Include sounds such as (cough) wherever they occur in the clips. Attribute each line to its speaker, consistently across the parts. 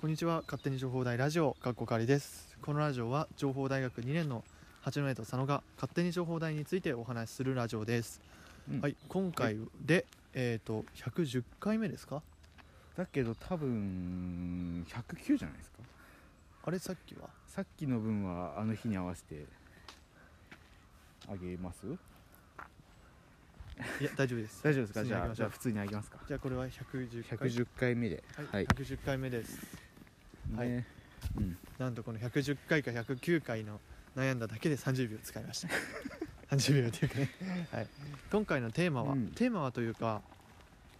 Speaker 1: こんにちは勝手に情報大ラジオかっこかりですこのラジオは情報大学2年の八戸と佐野が勝手に情報大についてお話しするラジオです、
Speaker 2: うん
Speaker 1: はい今回でえっ、と110回目ですか
Speaker 2: だけど多分109じゃないですか
Speaker 1: あれさっきは
Speaker 2: さっきの分はあの日に合わせてあげます
Speaker 1: いや大丈夫です
Speaker 2: (laughs) 大丈夫ですか
Speaker 1: 普通に
Speaker 2: じ
Speaker 1: あげ
Speaker 2: ゃあ
Speaker 1: まし
Speaker 2: じ
Speaker 1: ょ
Speaker 2: ゃ
Speaker 1: う
Speaker 2: あ普通にあげますか
Speaker 1: じゃあこれは110回
Speaker 2: 110回目で
Speaker 1: はい、
Speaker 2: はい、
Speaker 1: 110回目ですはい
Speaker 2: ねうん、
Speaker 1: なんとこの110回か109回の悩んだだけで30秒使いました (laughs) 30秒というかね、はい、今回のテーマは、
Speaker 2: うん
Speaker 1: テーマはというか、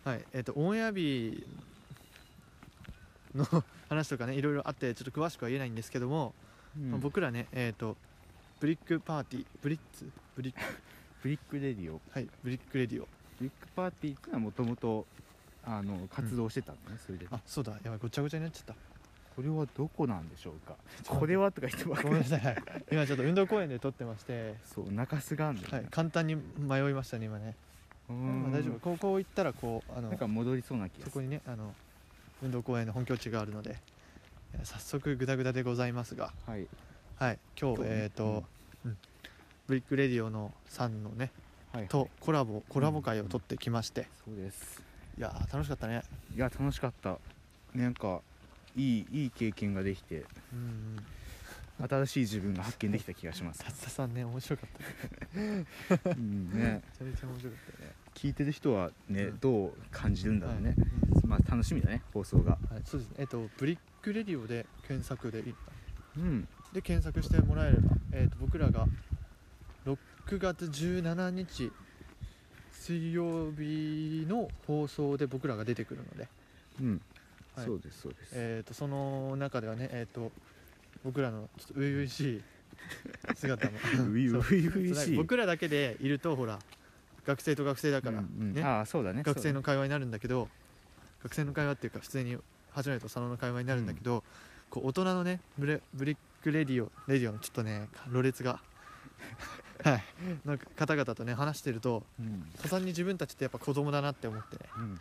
Speaker 1: はいえっとオンエア日の (laughs) 話とかねいろいろあってちょっと詳しくは言えないんですけども、
Speaker 2: うん
Speaker 1: まあ僕らね、えっとブリックパーティーブリッツブリック、
Speaker 2: ブリックレディオ
Speaker 1: はい、ブリックレディオ
Speaker 2: ブリックパーティーっていうのはもともとあの活動してたのね、それで
Speaker 1: あそうだやばいごちゃごちゃになっちゃった
Speaker 2: これはどこなんでしょうか
Speaker 1: ょっと待って
Speaker 2: これはとか言ってばっか
Speaker 1: ご
Speaker 2: り
Speaker 1: めんなさい今ちょっと運動公園で撮ってまして、
Speaker 2: そう中洲があるんだ
Speaker 1: は
Speaker 2: よ
Speaker 1: い
Speaker 2: ね、、
Speaker 1: 簡単に迷いましたね今ね
Speaker 2: うー
Speaker 1: ま
Speaker 2: ん
Speaker 1: あ大丈夫ここ行ったらこうあの
Speaker 2: なんか戻りそうな気
Speaker 1: そ
Speaker 2: がする
Speaker 1: こにねあの運動公園の本拠地があるのでえー早速グダグダでございますが、
Speaker 2: はい
Speaker 1: はい、今日
Speaker 2: そうね
Speaker 1: えっ、と、うんブリックレディオのさんのね
Speaker 2: はいはい
Speaker 1: とコラボコラボ会を取ってきまして、
Speaker 2: そうです
Speaker 1: いやー楽しかったね
Speaker 2: いや楽しかったなんかいいいい経験ができて
Speaker 1: うん
Speaker 2: 新しい自分が発見できた気がし
Speaker 1: (laughs)
Speaker 2: ます、
Speaker 1: 達田さんね面白かったね
Speaker 2: うんね、
Speaker 1: めちゃめちゃ面白かったね
Speaker 2: 聞いてる人はね、
Speaker 1: うん
Speaker 2: どう感じるんだろうね、
Speaker 1: は
Speaker 2: まあ楽しみだね放送が
Speaker 1: いはい、そうですねえっ、とブリックレディオで検索でいい
Speaker 2: うん
Speaker 1: で検索してもらえれば、えー、と僕らが6月17日水曜日の放送で僕らが出てくるので、
Speaker 2: うん、
Speaker 1: はい
Speaker 2: そうですそうです、
Speaker 1: えー、とその中ではね、えー、と僕らのちょっと初々しい姿
Speaker 2: (laughs)
Speaker 1: も
Speaker 2: ういう
Speaker 1: そう
Speaker 2: いう
Speaker 1: そう
Speaker 2: しい
Speaker 1: 僕らだけでいるとほら学生と学生だから、
Speaker 2: うんうん
Speaker 1: ね
Speaker 2: ああそうだね
Speaker 1: 学生
Speaker 2: そう
Speaker 1: の会話になるんだけど学生の会話っていうか普通に初めてと佐野の会話になるんだけど、こう大人のねブレブリックレディオレディオのちょっとねろれつ
Speaker 2: (laughs)
Speaker 1: がはいの方々とね話してると
Speaker 2: だね
Speaker 1: 途端に自分たちってやっぱ子供だなって思ってね
Speaker 2: うんうん
Speaker 1: や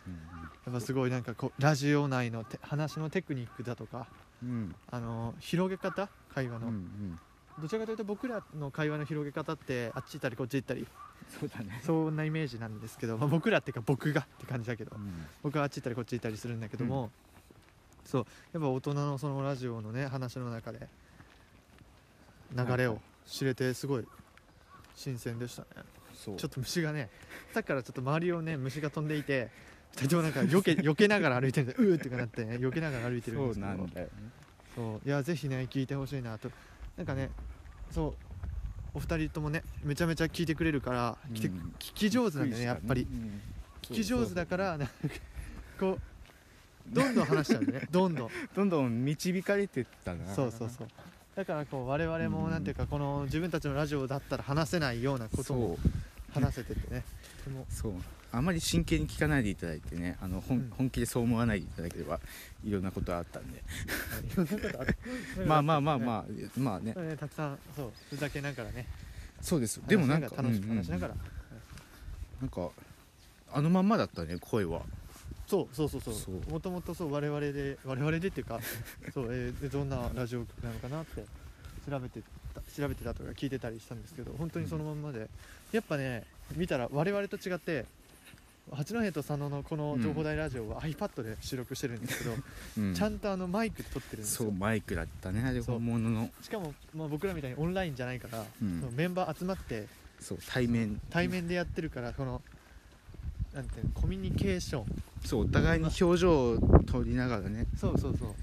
Speaker 1: っぱすごいなんかこうラジオ内のて話のテクニックだとか
Speaker 2: うん
Speaker 1: あの広げ方会話
Speaker 2: うんう
Speaker 1: の、
Speaker 2: んうん
Speaker 1: どちらかというと僕らの会話の広げ方ってあっち行ったりこっち行ったり
Speaker 2: そうだね
Speaker 1: そんなイメージなんですけど、まあ、僕らっていうか僕がって感じだけど
Speaker 2: うん
Speaker 1: 僕はあっち行ったりこっち行ったりするんだけども、そうやっぱ大人のそのラジオのね話の中で流れを知れてすごい新鮮でしたね
Speaker 2: そう
Speaker 1: ちょっと虫がねさっきからちょっと周りをね虫が飛んでいて2人とも (laughs) なんか避け避けながら歩いてるんでうーってかなって、ね、避けながら歩いてるん
Speaker 2: そ
Speaker 1: で
Speaker 2: う
Speaker 1: すけ
Speaker 2: な
Speaker 1: ど
Speaker 2: んだよね
Speaker 1: そういやぜひね聞いてほしいなとなんかねそうお二人ともねめちゃめちゃ聞いてくれるから、聞て
Speaker 2: うん
Speaker 1: 聞き上手なんだよね
Speaker 2: び
Speaker 1: やっ
Speaker 2: くした
Speaker 1: ぱり
Speaker 2: うん
Speaker 1: 聞き上手だからなんかこうどんどん話しちゃうんだ (laughs) よねどんどん
Speaker 2: どんどん導かれてったな
Speaker 1: そうそうそうだからこう我々も
Speaker 2: うん
Speaker 1: なんていうかこの自分たちのラジオだったら話せないようなこと
Speaker 2: そ
Speaker 1: も
Speaker 2: う
Speaker 1: 話せててねとても
Speaker 2: そうあまり真剣に聞かないでいただいてねあの本,、
Speaker 1: うん
Speaker 2: 本気でそう思わないでいただければいろんなことあったんで
Speaker 1: い (laughs) ろんなことある
Speaker 2: まあまあまあまあまあね
Speaker 1: あ、ね、たくさんそうふざけながらね
Speaker 2: そうですでもなんか
Speaker 1: 話し楽しく話しなが
Speaker 2: う
Speaker 1: ら、
Speaker 2: んうんなんかあのまんまだったね声は
Speaker 1: そうそうそうそう
Speaker 2: そう
Speaker 1: もともとそう我々で我々でっていう
Speaker 2: (laughs)
Speaker 1: かそう、えーでどんなラジオ局なのかなって調べてた調べてたとか聞いてたりしたんですけど本当にそのまんまで、やっぱね見たら我々と違って八戸と佐野のこの情報大ラジオは iPad で収録してるんですけど、
Speaker 2: うん
Speaker 1: ちゃんとあのマイクで撮ってるんです
Speaker 2: そ
Speaker 1: よ
Speaker 2: うマイクだったねあれ
Speaker 1: そう
Speaker 2: 本物の
Speaker 1: しかも、まあ、僕らみたいにオンラインじゃないから、
Speaker 2: うん
Speaker 1: そのメンバー集まって
Speaker 2: そう対面
Speaker 1: 対面でやってるからこのなんていうのコミュニケーション
Speaker 2: そうお互いに表情を取りながらね
Speaker 1: そうそうそう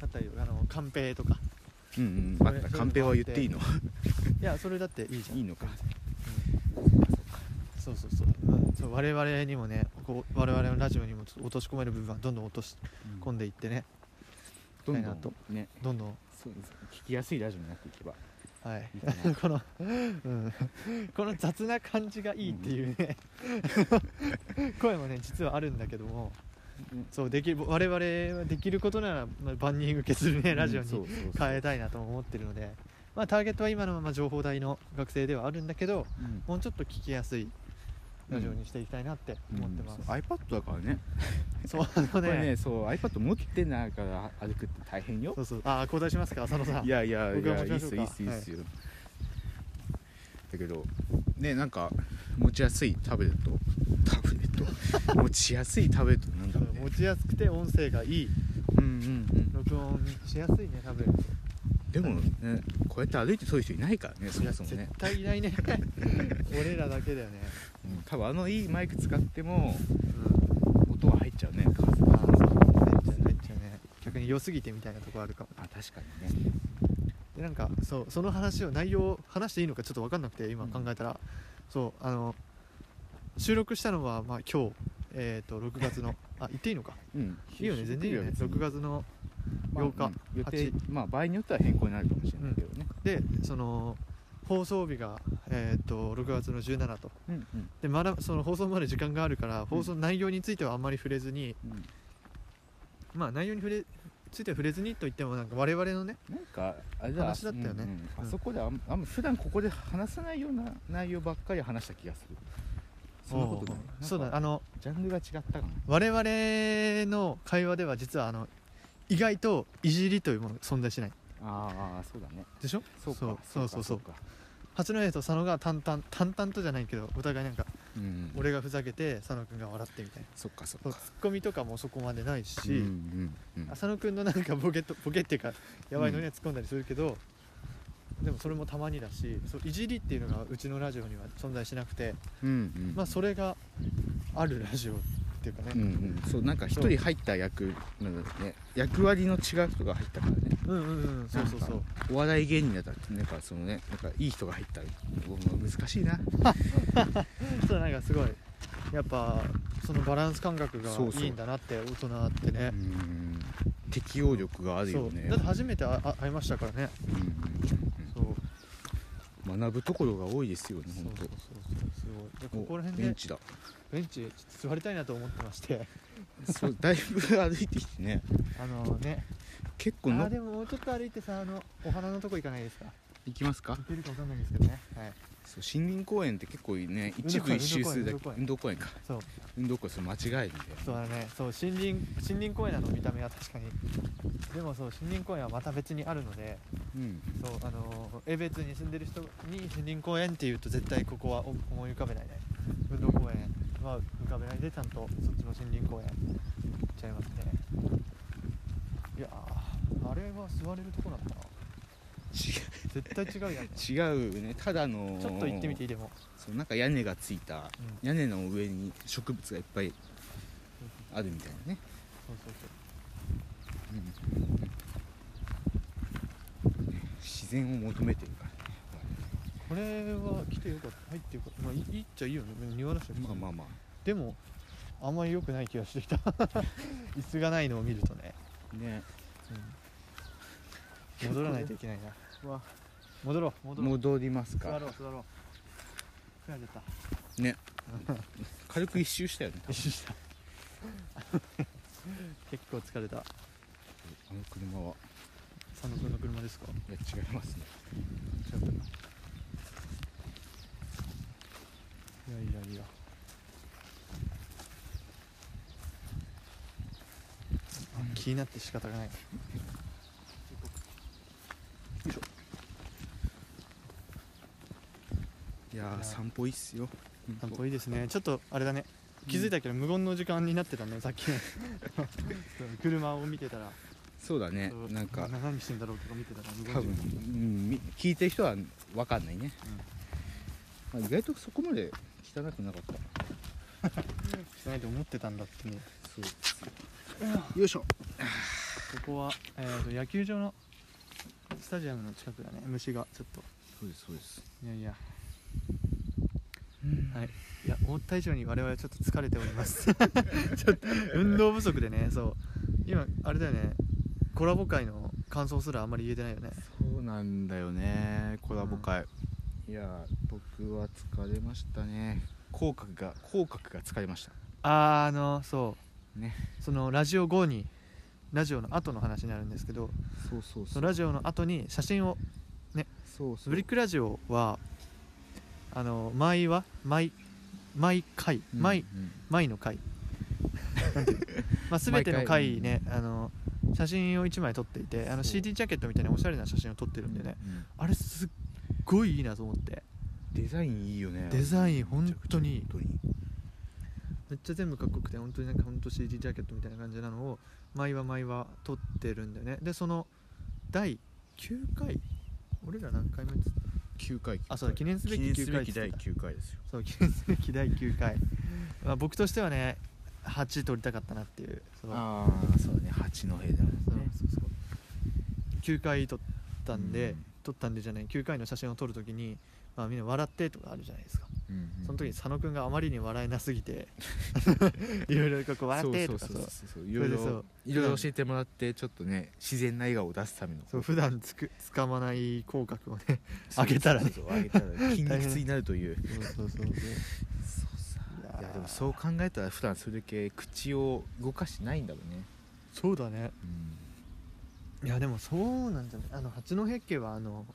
Speaker 1: だったりあのカンペとか
Speaker 2: うん
Speaker 1: そ
Speaker 2: うん
Speaker 1: れ
Speaker 2: あったカンペは言っていいの
Speaker 1: いやそれだっていいじゃん
Speaker 2: いいのか
Speaker 1: そうそうそう,、うん、そう我々にもねこう我々のラジオにもちょっと落とし込める部分はどんどん落とし込んでいってね
Speaker 2: どん
Speaker 1: みたい
Speaker 2: ど
Speaker 1: なと
Speaker 2: んね
Speaker 1: どんどん
Speaker 2: そうです聞きやすいラジオになってい (laughs) けば
Speaker 1: はい
Speaker 2: いいかな
Speaker 1: この、うん、この雑な感じがいいっていうね、声もね実はあるんだけども
Speaker 2: うん
Speaker 1: そうできる我々はできることなら、まあ、万人受けするねラジオに
Speaker 2: うんそうそうそう
Speaker 1: 変えたいなとも思ってるので、まあ、ターゲットは今のまま情報大の学生ではあるんだけど
Speaker 2: うん
Speaker 1: もうちょっと聞きやすいラジオにしていきたいなって思ってます、
Speaker 2: iPad だからね
Speaker 1: (laughs) そうあの
Speaker 2: これ
Speaker 1: ね
Speaker 2: ねそう iPad 持ってないから歩くって大変よ
Speaker 1: そうそうああ交代しますか浅野さん
Speaker 2: いやいやい
Speaker 1: 僕が
Speaker 2: や
Speaker 1: 持
Speaker 2: い
Speaker 1: ち
Speaker 2: い
Speaker 1: ましょ
Speaker 2: っ
Speaker 1: う
Speaker 2: す
Speaker 1: か
Speaker 2: よいいっすよいいっすよ、だけどねなんか持ちやすいタブレットタブレット (laughs) 持ちやすいタブレットなん
Speaker 1: (laughs)
Speaker 2: だろうね
Speaker 1: 持ちやすくて音声がいい
Speaker 2: うんうんうん
Speaker 1: 録音しやすいねタブレット
Speaker 2: でもねこうやって歩いて撮る人いないからねそ
Speaker 1: い
Speaker 2: も
Speaker 1: や
Speaker 2: そもね
Speaker 1: 絶対いない
Speaker 2: (laughs)
Speaker 1: ね俺らだけだよね、
Speaker 2: うん多分あのいいマイク使っても
Speaker 1: うん、
Speaker 2: 音は入っちゃうね
Speaker 1: あ
Speaker 2: 数
Speaker 1: あそう入っちゃう入っちゃうね逆に良すぎてみたいなとこあるかも
Speaker 2: あ確かにね
Speaker 1: でなんかそうその話を内容を話していいのかちょっと分かんなくて今
Speaker 2: うん
Speaker 1: 考えたら、そうあの収録したのはまあ今日えっ、と6月のあ言っていいのか
Speaker 2: うん
Speaker 1: いいよね全然いいよね
Speaker 2: 別に
Speaker 1: 6月の
Speaker 2: まあ
Speaker 1: 8日
Speaker 2: うん予定
Speaker 1: 8
Speaker 2: まあ場合によっては変更になるかもしれないけどね
Speaker 1: でその放送日がえっ、と6月の17と
Speaker 2: うんうん
Speaker 1: でまだその放送まで時間があるから放送内容についてはあんまり触れずに、
Speaker 2: うん
Speaker 1: まあ内容に触れついては触れずにといってもなんか我々のね
Speaker 2: なんかあれだ
Speaker 1: 話だったよね
Speaker 2: うんうん
Speaker 1: うん
Speaker 2: あそこであんあんま普段ここで話さないような内容ばっかり話した気がするそんなことない
Speaker 1: おうそうだ
Speaker 2: あ
Speaker 1: あの
Speaker 2: ジャンルが違ったかな
Speaker 1: 我々の会話では実はあの意外といじりというものが存在しない
Speaker 2: ああそうだね
Speaker 1: でしょ
Speaker 2: そうか
Speaker 1: そうそうそう
Speaker 2: かか
Speaker 1: 八戸と佐野が淡々淡々とじゃないけどお互いなんか
Speaker 2: うん
Speaker 1: 俺がふざけて佐野くんが笑ってみたいな
Speaker 2: そっかそ
Speaker 1: そう
Speaker 2: っ
Speaker 1: ツ
Speaker 2: か
Speaker 1: ッコミとかもそこまでないし、
Speaker 2: うんうんうん
Speaker 1: 浅野くんのなんかボケと (laughs) ボケっていうかやばいのに
Speaker 2: う
Speaker 1: は突っ込んだりするけど、でもそれもたまにだしそういじりっていうのがうちのラジオには存在しなくて、
Speaker 2: うんうん
Speaker 1: まあそれがあるラジオっていうかね、
Speaker 2: うんうんそうなんか一人入った役なんだね役割の違う人が入ったからね
Speaker 1: うんうんうんそうそうそう
Speaker 2: お笑い芸人だったらなんかそのねなんかいい人が入ったら難しいな
Speaker 1: そうなんかすごいやっぱそのバランス感覚が
Speaker 2: そうそう
Speaker 1: いいんだなって大人ってね
Speaker 2: うん適応力があるよ
Speaker 1: そ
Speaker 2: ね
Speaker 1: うだって初めてああ会いましたからね
Speaker 2: うんうんうん
Speaker 1: そう
Speaker 2: 学ぶところが多いですよね
Speaker 1: そうそうそ
Speaker 2: 本
Speaker 1: うそうすごいで
Speaker 2: 当
Speaker 1: ここら辺
Speaker 2: ベ
Speaker 1: で
Speaker 2: ンチだ
Speaker 1: ベンチちょっと座りたいなと思ってまして
Speaker 2: (laughs) そうだいぶ歩いてき
Speaker 1: (laughs)
Speaker 2: てね
Speaker 1: あのね
Speaker 2: 結
Speaker 1: あ
Speaker 2: 構な
Speaker 1: ーでももうちょっと歩いてさあのお花のとこ行かないですか
Speaker 2: 行きますか
Speaker 1: 行けるかわかんないですけどねはい
Speaker 2: そう森林公園って結構ね
Speaker 1: 運動公園
Speaker 2: 一部一周するだ
Speaker 1: 運動
Speaker 2: け
Speaker 1: 公園
Speaker 2: 運動公園か
Speaker 1: そう
Speaker 2: 運動公園それ間違えるんだ
Speaker 1: そう
Speaker 2: よ
Speaker 1: だねそう森林森林公園なの見た目は確かにでもそう森林公園はまた別にあるので
Speaker 2: うん
Speaker 1: そうあのー江別に住んでる人に森林公園っていうと絶対ここはお思い浮かべないね運動公園は浮かべないでちゃんとそっちの森林公園行っちゃいますねいやーあれは座れるとこなのかな絶対違うやんねち
Speaker 2: 違う違うねただの
Speaker 1: ょっと行ってみていいでも、
Speaker 2: そうなんか屋根がついた
Speaker 1: うん、そう
Speaker 2: 屋根の上に植物がいっぱいあるみたいなね、
Speaker 1: そうそう
Speaker 2: 自然を求めてるからね
Speaker 1: これは来てよかった入ってよかったまあいいいっちゃいいよね庭だし
Speaker 2: まあまあま
Speaker 1: でもあんまり良くない気がしてきた (laughs) 椅子がないのを見るとね、
Speaker 2: あね
Speaker 1: うん戻らないといけないなわ戻ろう戻ろう
Speaker 2: 戻ります
Speaker 1: 座
Speaker 2: か
Speaker 1: ろう座ろう疲れちゃっ
Speaker 2: ね
Speaker 1: た
Speaker 2: 軽く一周したよね多分
Speaker 1: 一緒した (laughs) 結構疲れた
Speaker 2: あの車は
Speaker 1: 佐野君の車ですか
Speaker 2: いや違いますね
Speaker 1: 違ったないやいやいやあ気になって仕方がない
Speaker 2: いや
Speaker 1: いや
Speaker 2: ー散歩いいっすよ
Speaker 1: 散歩いいですねちょっとあれだね気づいたけど無言の時間になってたね (laughs) さっきそう車を見てたら
Speaker 2: そうだね
Speaker 1: そう
Speaker 2: なんか
Speaker 1: 何してんだろうとか見てたら無言
Speaker 2: 多分、うん、み聞いてる人は分かんないね、まあ、意外とそこまで汚くなかった
Speaker 1: してないと思ってたんだってね
Speaker 2: そうよいしょ
Speaker 1: ここは、えー、と野球場のスタジアムの近くだね虫がちょっと
Speaker 2: そうですそうです
Speaker 1: いやいやはい、いや思った以上に我々はちょっと疲れております (laughs) ちょっと運動不足でねそう今あれだよねコラボ会の感想すらあんまり言えてないよね
Speaker 2: そうなんだよねコラボ会、いや僕は疲れましたね口角が口角が疲れました
Speaker 1: あーあのそう、
Speaker 2: ね
Speaker 1: そのラジオ後にラジオの後の話になるんですけど
Speaker 2: そうそう
Speaker 1: そのラジオの後に写真を
Speaker 2: そうそう
Speaker 1: ブリックラジオはあの毎は毎毎回
Speaker 2: うん
Speaker 1: 毎、
Speaker 2: うん
Speaker 1: 毎の
Speaker 2: (laughs)
Speaker 1: 回なんていうのまあ、全ての回ねあの写真を1枚撮っていてあの
Speaker 2: そう
Speaker 1: CD ジャケットみたいなおしゃれな写真を撮ってるんでね、
Speaker 2: うん
Speaker 1: あれすっごいいいなと思って
Speaker 2: デザインいいよね
Speaker 1: デザイン本当に
Speaker 2: 本当に
Speaker 1: めっちゃ全部かっこよくて本当になんか本当 CD ジャケットみたいな感じなのを毎話毎話撮ってるんだよねでその第9回俺ら何回目っつった
Speaker 2: 9回
Speaker 1: あそうだ記念すべき9回
Speaker 2: 記
Speaker 1: って言っ
Speaker 2: 念すべき第
Speaker 1: てた
Speaker 2: 9回ですよ
Speaker 1: そう (laughs) 記念すべき第9回、まあ、僕としてはね8撮りたかったなっていうその
Speaker 2: ああそうだね八戸だもんね
Speaker 1: そうそうそう9回撮ったんで、撮ったんでじゃない9回の写真を撮るときに、まあ、みんな笑ってとかあるじゃないですか、
Speaker 2: うんうん
Speaker 1: その時に佐野くんがあまりに笑えなすぎ (laughs) ていろいろこう笑ってとか
Speaker 2: そ
Speaker 1: そう
Speaker 2: そう
Speaker 1: う
Speaker 2: そうそういろい
Speaker 1: それでそう
Speaker 2: ろいろいろ教えてもらってちょっとね自然な笑顔を出すための
Speaker 1: そう普段つくつかまない口角をね
Speaker 2: そう
Speaker 1: 上げたらね
Speaker 2: そうそう上げたら
Speaker 1: (laughs)
Speaker 2: 筋肉痛になるという
Speaker 1: そうそうそう
Speaker 2: そうさ
Speaker 1: いやー
Speaker 2: いやでもそう考えたら普段それだけ口を動かしてないんだろうね
Speaker 1: そうだね
Speaker 2: うん
Speaker 1: いやでもそうなんじゃないあの八戸家はあの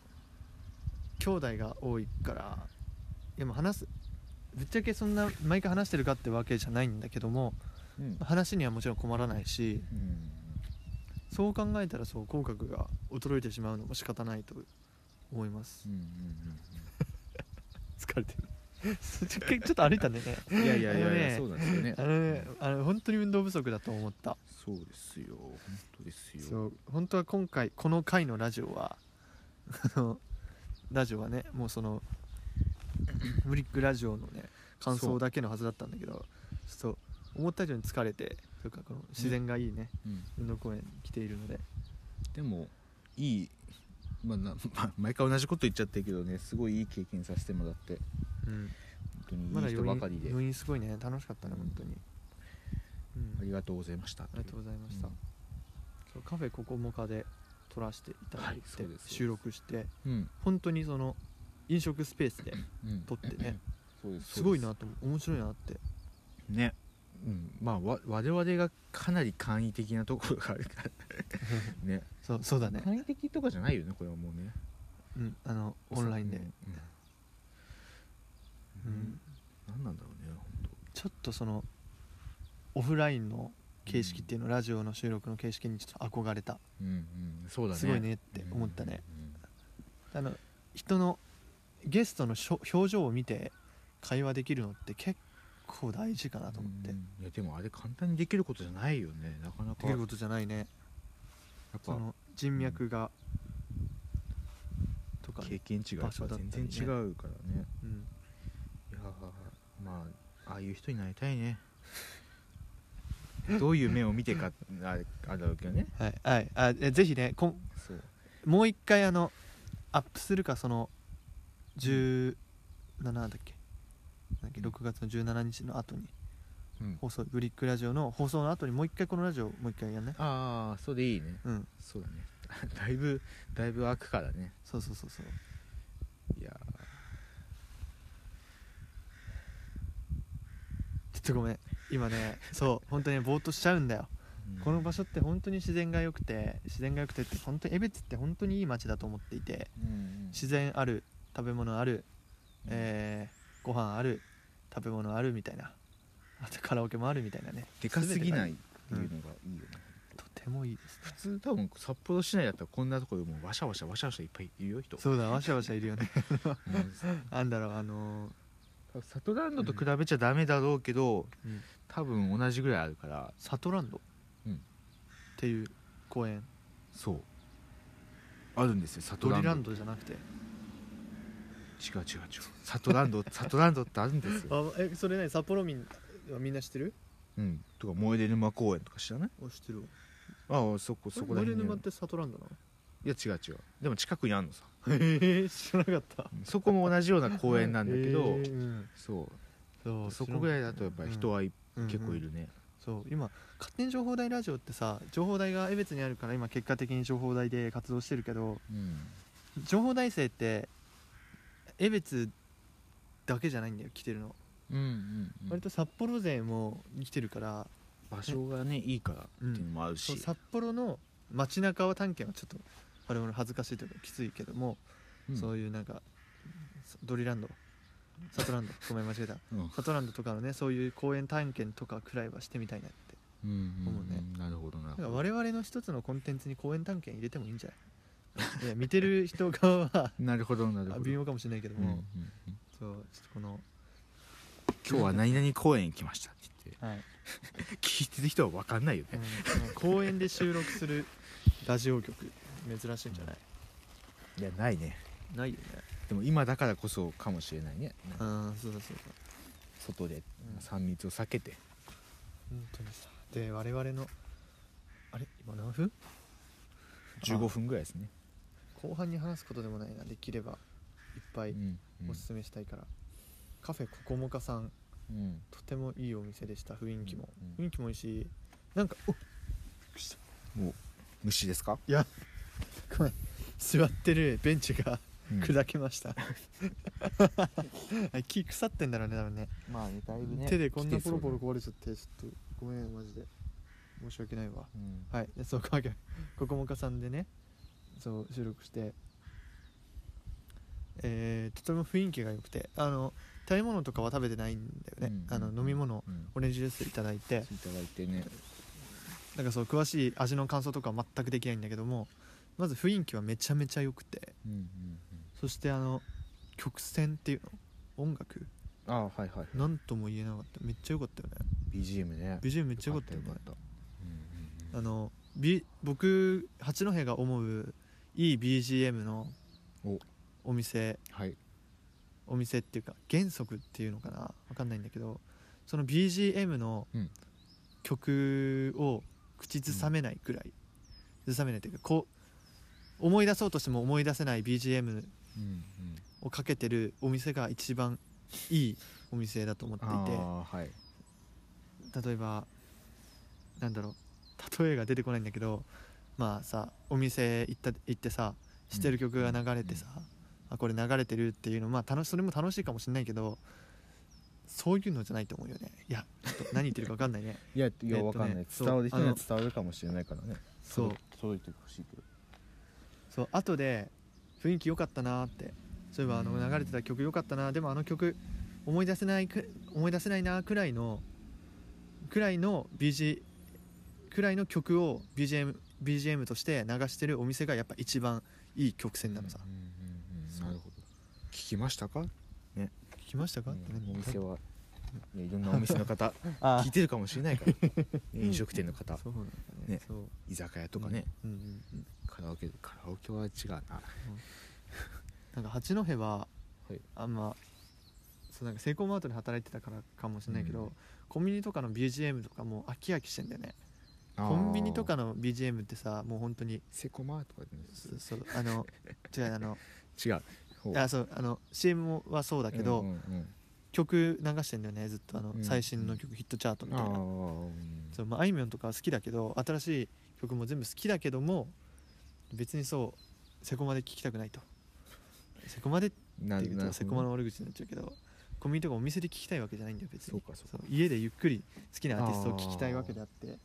Speaker 1: 兄弟が多いからでも話すぶっちゃけそんな毎回話してるかってわけじゃないんだけども
Speaker 2: うん
Speaker 1: 話にはもちろん困らないし
Speaker 2: うん
Speaker 1: そう考えたらそう口角が衰えてしまうのも仕方ないと思います
Speaker 2: うん
Speaker 1: 疲れてるちょ (laughs) ちょっと歩いたんでね
Speaker 2: うんうんいやいやい
Speaker 1: あの
Speaker 2: やい
Speaker 1: ね
Speaker 2: やそうなんですよね
Speaker 1: あのねあの本当に運動不足だと思った
Speaker 2: そうですよ本当ですよ
Speaker 1: そう本当は今回この回のラジオは (laughs) あのラジオはねもうそのブリックラジオのね感
Speaker 2: そ
Speaker 1: 想
Speaker 2: う
Speaker 1: だけのはずだったんだけどちょっと思った以上に疲れてそれからこの自然がいいね
Speaker 2: うん
Speaker 1: 運動公園に来ているので
Speaker 2: でもいい、まあ、な (laughs) まあ毎回同じこと言っちゃってるけどねすごいいい経験させてもらって
Speaker 1: うん
Speaker 2: 本当
Speaker 1: ま
Speaker 2: に
Speaker 1: だ
Speaker 2: い
Speaker 1: 余
Speaker 2: い人ば
Speaker 1: 韻
Speaker 2: かりで
Speaker 1: 余韻すごいね楽しかったね
Speaker 2: うん
Speaker 1: 本当に、うん
Speaker 2: ありがとうございました
Speaker 1: ありがとうございました、
Speaker 2: うん
Speaker 1: そうカフェここもかで撮らせていただい
Speaker 2: はい
Speaker 1: て、
Speaker 2: そうですそうです
Speaker 1: 収録して
Speaker 2: うん
Speaker 1: 本当にその飲食スペースで
Speaker 2: うん
Speaker 1: 撮ってね
Speaker 2: そうです
Speaker 1: すごい
Speaker 2: そ
Speaker 1: な
Speaker 2: う
Speaker 1: と思う面白いなって
Speaker 2: ですねうんまあわ我々がかなり簡易的なところがあるから
Speaker 1: (laughs)
Speaker 2: ね
Speaker 1: そうそうだね、
Speaker 2: 簡易的とかじゃないよねこれはもうね
Speaker 1: うん、あのオンラインで、
Speaker 2: うん
Speaker 1: う
Speaker 2: うんん何なんだろうね本
Speaker 1: ちょっとそのオフラインの形式っていうの、ラジオの収録の形式にちょっと憧れた、
Speaker 2: 当うんうんそうだね
Speaker 1: すごいねって思ったね、
Speaker 2: うんうん
Speaker 1: あの人のゲストのしょ表情を見て会話できるのって結構大事かなと思って、
Speaker 2: うんいやでもあれ簡単にできることじゃないよねなかなか
Speaker 1: できることじゃないね
Speaker 2: やっ
Speaker 1: そ
Speaker 2: ぱ
Speaker 1: の人脈が、とかね、
Speaker 2: 経験値がやっぱ全然違うからね
Speaker 1: うん、
Speaker 2: いやーまあああいう人になりたいね
Speaker 1: (laughs)
Speaker 2: どういう目を見てかあれあれだろうけどね
Speaker 1: はいはいあえぜひねこん
Speaker 2: そう
Speaker 1: もう一回あのアップするかその17だっけなんだっけ
Speaker 2: うん
Speaker 1: 6月の17日の後に
Speaker 2: うん
Speaker 1: 放送ブリックラジオの放送の後にもう一回このラジオもう一回やんね
Speaker 2: ああそれでいいね
Speaker 1: うん
Speaker 2: そうだね (laughs) だいぶだいぶ開くからね
Speaker 1: そうそうそうそう
Speaker 2: いや
Speaker 1: ちょっとごめん今ねそう本当にぼーっとしちゃうんだよ
Speaker 2: ーうん
Speaker 1: この場所って本当に自然が良くて自然が良くてって本当に江別って本当にいい街だと思っていて
Speaker 2: うんうん
Speaker 1: 自然ある食べ物ある、えー、ご飯ある食べ物あるみたいなあとカラオケもあるみたいなね
Speaker 2: でかすぎないいっていうのがいいよね
Speaker 1: とてもいいですね
Speaker 2: 普通多分札幌市内だったらこんなとこでもうわしゃわしゃわしゃわしゃいっぱいいるよ人
Speaker 1: そうだわしゃわしゃいるよね
Speaker 2: うん
Speaker 1: なんだろうあのー
Speaker 2: サトランドと比べちゃダメだろうけど、
Speaker 1: うん
Speaker 2: 多分同じぐらいあるから
Speaker 1: サトランド、
Speaker 2: うん
Speaker 1: っていう公園
Speaker 2: そうあるんですよサト
Speaker 1: ド
Speaker 2: ラン
Speaker 1: リ
Speaker 2: ド
Speaker 1: ランドじゃなくて
Speaker 2: 違う違う違うサトラ (laughs) ンドサトランドってあるんですよ、
Speaker 1: あえそれね札幌民はみんな知ってる
Speaker 2: うん、とか燃えれ沼公園とか知らない
Speaker 1: 知ってる
Speaker 2: ああそこそこら辺にあ
Speaker 1: 沼っ
Speaker 2: る
Speaker 1: てサトランドない
Speaker 2: や違う違うでも近くにあるのさ
Speaker 1: のへえ知らなかった
Speaker 2: うんそこも同じような公園なんだけど、
Speaker 1: えーうん
Speaker 2: そう
Speaker 1: そう
Speaker 2: そこぐらいだとやっぱり人はい
Speaker 1: うん
Speaker 2: 結構いるね、
Speaker 1: そう今勝手に情報大ラジオってさ情報大が江別にあるから今結果的に情報大で活動してるけど
Speaker 2: うん
Speaker 1: 情報大生って江別だけじゃないんだよ来てるの、
Speaker 2: うんうんうん
Speaker 1: 割と札幌勢も来てるから
Speaker 2: 場所がねいいからっていうのもあるし、
Speaker 1: そう札幌の街中は探検はちょっと我々恥ずかしいというかきついけども、
Speaker 2: うん
Speaker 1: そういうなんかドリランドサトランドごめん間違えた
Speaker 2: うん
Speaker 1: サトランドとかのねそういう公園探検とかくらいはしてみたいなって
Speaker 2: うん
Speaker 1: 思うね
Speaker 2: うんなるほどなる
Speaker 1: なん
Speaker 2: ほ
Speaker 1: か
Speaker 2: ど
Speaker 1: 我々の一つのコンテンツに公園探検入れてもいいんじゃ (laughs) ないいや見てる人側は
Speaker 2: なるほどなるほ
Speaker 1: あ
Speaker 2: ど
Speaker 1: 微妙かもしれないけど
Speaker 2: うんう
Speaker 1: も、
Speaker 2: んうん
Speaker 1: そうちょっとこの、
Speaker 2: 今日は何々公園行きましたって言っ
Speaker 1: はい
Speaker 2: て聞いてる人は分かんないよね
Speaker 1: うん、公園で収録するラジオ局珍しいんじゃない
Speaker 2: いやないね
Speaker 1: ないよね
Speaker 2: でも今だからこそかもしれないね
Speaker 1: うんそうだそうだ
Speaker 2: 外で
Speaker 1: うん
Speaker 2: 3密を避けて
Speaker 1: 本当にさで我々のあれ今何分
Speaker 2: 15分ぐらいですね
Speaker 1: 後半に話すことでもないなできればいっぱい
Speaker 2: うんうん
Speaker 1: おすすめしたいから、カフェココモカさん
Speaker 2: うん
Speaker 1: とてもいいお店でした雰囲気も、
Speaker 2: うん
Speaker 1: 雰囲気もいいしなんかお
Speaker 2: もう虫ですか
Speaker 1: いやごめん座ってるベンチが
Speaker 2: うん
Speaker 1: 砕けました、 (laughs) 木腐ってんだろうね多分ね
Speaker 2: まあねだいぶね
Speaker 1: 手でこんな
Speaker 2: 来て
Speaker 1: ポロ
Speaker 2: そうだ
Speaker 1: ポロ壊れちゃってちょっとごめんマジで申し訳ないわ
Speaker 2: うん
Speaker 1: はいでそうかここもかさんでねそう収録してえー、とても雰囲気が良くてあの食べ物とかは食べてないんだよね、
Speaker 2: うん
Speaker 1: あの飲み物
Speaker 2: うん
Speaker 1: オレンジジュースいただいて
Speaker 2: いただいてね
Speaker 1: なんかそう詳しい味の感想とかは全くできないんだけどもまず雰囲気はめちゃめちゃ良くて
Speaker 2: うんうん
Speaker 1: そしてあの曲線っていうの音楽
Speaker 2: うんあはいはい
Speaker 1: なんとも言えなかっためっちゃ良かったよね
Speaker 2: BGM ね
Speaker 1: BGM めっちゃ良かったよ
Speaker 2: よか
Speaker 1: ね
Speaker 2: ったうんうん
Speaker 1: あの、B、僕八戸が思ういい BGM の
Speaker 2: お
Speaker 1: お店
Speaker 2: はい
Speaker 1: お店っていうか原則っていうのかな分かんないんだけどその BGM の
Speaker 2: うん
Speaker 1: 曲を口ずさめないくらい、ずさめないというかこう思い出そうとしても思い出せない BGM
Speaker 2: うんうん
Speaker 1: をかけてるお店が一番いいお店だと思ってい
Speaker 2: ああはい
Speaker 1: て例えばなんだろう例えが出てこないんだけどまあさお店行った行ってさ知ってる曲が流れてさ、あこれ流れてるっていうのまあ楽しそれも楽しいかもしれないけどそういうのじゃないと思うよねいやちょっと何言ってるか分かんないね
Speaker 2: いやい
Speaker 1: えっとね
Speaker 2: やわかんない
Speaker 1: そう
Speaker 2: 伝わる人には
Speaker 1: あの
Speaker 2: 伝わるかもしれないからね
Speaker 1: (laughs) そう
Speaker 2: 届いてほしいけど
Speaker 1: そう後で雰囲気良かったなーってそういえばあの
Speaker 2: うん
Speaker 1: 流れてた曲良かったなでもあの曲思い出せないく思い出せないなくらいのくらいの BG くらいの曲を BGM, BGM として流してるお店がやっぱ一番いい曲線なのさ、
Speaker 2: うんうんうん
Speaker 1: そう
Speaker 2: なるほど聞きましたか
Speaker 1: 聞きましたかってね
Speaker 2: お店はいやいろんなお店
Speaker 1: (laughs)
Speaker 2: の方聞いてるかもしれないから飲食店の方
Speaker 1: そうなんだね
Speaker 2: ね
Speaker 1: そう
Speaker 2: 居酒屋とかね、
Speaker 1: うんうんうん
Speaker 2: カラオケカラオケは違うな
Speaker 1: なんか八戸は、
Speaker 2: はい
Speaker 1: あんまそうなんかセイコーマートで働いてたからかもしれないけど、
Speaker 2: うん
Speaker 1: コンビニとかの BGM とかもう飽き飽きしてんだよねコンビニとかの BGM ってさもう本当に
Speaker 2: セコマとかで
Speaker 1: そそう (laughs) あ
Speaker 2: (laughs)
Speaker 1: の違うあの
Speaker 2: 違うほう
Speaker 1: あそうあの CM はそうだけど、
Speaker 2: うんうん
Speaker 1: 曲流してんだよねずっとあの、
Speaker 2: うん
Speaker 1: 最新の曲ヒットチャート
Speaker 2: うん
Speaker 1: みたいなそう、まああいみょんとかは好きだけど新しい曲も全部好きだけども別にそうセコまで聴きたくないとセコまでって
Speaker 2: な
Speaker 1: っていうとセコマ
Speaker 2: の
Speaker 1: の悪口になっちゃうけどコンビニとかお店で聞きたいわけじゃないんだよ別に
Speaker 2: そうかそう
Speaker 1: そ
Speaker 2: か
Speaker 1: う家でゆっくり好きなアーティストを聞きたいわけであって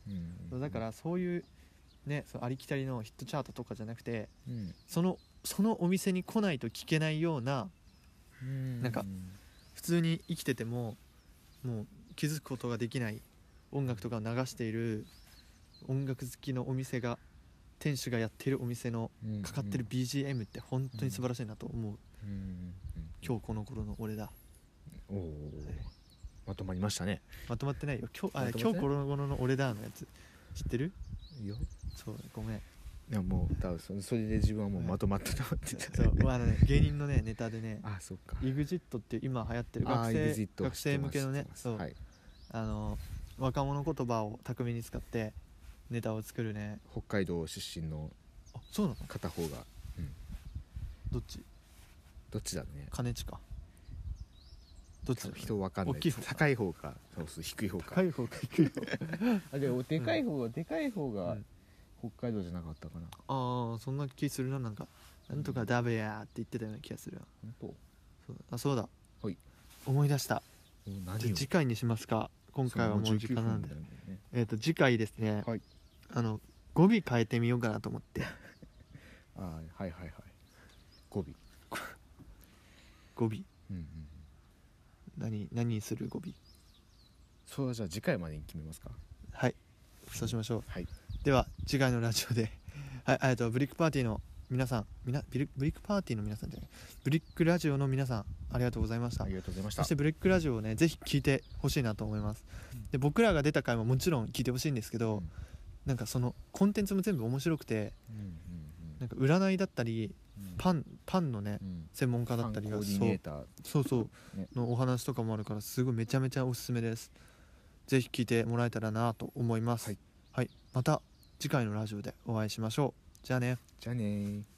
Speaker 1: そうだからそういうねそうありきたりのヒットチャートとかじゃなくてそのそのお店に来ないと聞けないような
Speaker 2: なん
Speaker 1: か普通に生きててももう気づくことができない音楽とかを流している音楽好きのお店が店主がやってるお店のかかってる BGM って本当に素晴らしいなと思う今日この頃の俺だ
Speaker 2: 日おおまとまりましたね
Speaker 1: まとまってないよ今日あ
Speaker 2: まとまってない
Speaker 1: 今日この頃の俺だのやつ知ってる
Speaker 2: いや
Speaker 1: そうご
Speaker 2: (laughs)
Speaker 1: めん
Speaker 2: でももう多分そそれで自分はもうまとまったと思ってた
Speaker 1: そうあのね芸人のねネタでね
Speaker 2: (laughs) あそっか
Speaker 1: EXIT っていう今流行ってる学
Speaker 2: あー
Speaker 1: 生
Speaker 2: EXIT
Speaker 1: 学生向けの
Speaker 2: 知っ
Speaker 1: ね
Speaker 2: てます
Speaker 1: そう、
Speaker 2: はい
Speaker 1: あの若者言葉を巧みに使ってネタを作るね
Speaker 2: 北海道出身の
Speaker 1: あそうなの
Speaker 2: 片方が
Speaker 1: どっち
Speaker 2: どっちだろうね
Speaker 1: 金地かどっちだろうね
Speaker 2: 人わかんな
Speaker 1: 大
Speaker 2: い
Speaker 1: きい方か
Speaker 2: 高い方かそうそう低い方か
Speaker 1: 高い方か低い方
Speaker 2: あでもで
Speaker 1: かい
Speaker 2: 方が、でかい方
Speaker 1: が
Speaker 2: 北海道じゃなかったかな
Speaker 1: ああそんな気するななんかなんとかだべやーって言ってたような気がするな
Speaker 2: 本
Speaker 1: そ
Speaker 2: 当
Speaker 1: うあそうだ
Speaker 2: はい
Speaker 1: 思い出したじゃ
Speaker 2: 何
Speaker 1: あ次回にしますか今回はもう時間なんでえっ、と次回ですね、
Speaker 2: はい
Speaker 1: あの語尾変えてみようかなと思って
Speaker 2: あーはいはいはい語尾
Speaker 1: 語尾
Speaker 2: うんうん
Speaker 1: 何何にする語尾
Speaker 2: それはじゃあ次回までに決めますか
Speaker 1: はいそうしましょう
Speaker 2: はい
Speaker 1: では次回のラジオで (laughs) はいえっとブリックパーティーの皆さんみなビリブリックパーティーの皆さんじゃないブリックラジオの皆さんありがとうございました
Speaker 2: ありがとうございまし
Speaker 1: そ
Speaker 2: た
Speaker 1: してブリックラジオをねぜひ聞いてほしいなと思いますで僕らが出た回ももちろん聞いてほしいんですけど、
Speaker 2: うん
Speaker 1: なんかそのコンテンツも全部面白くて
Speaker 2: うんうん
Speaker 1: なんか占いだったり
Speaker 2: うん
Speaker 1: パンパンのね
Speaker 2: うん
Speaker 1: 専門家だ
Speaker 2: パ
Speaker 1: っ
Speaker 2: ンコ
Speaker 1: たり
Speaker 2: ーデ
Speaker 1: が
Speaker 2: ィ
Speaker 1: そ
Speaker 2: ネ
Speaker 1: う
Speaker 2: ーター
Speaker 1: そうそう
Speaker 2: ね
Speaker 1: のお話とかもあるからすごいめちゃめちゃおすすめですぜひ聞いてもらえたらなと思います
Speaker 2: はい
Speaker 1: はい、また次回のラジオでお会いしましょうじゃあね
Speaker 2: じゃあねー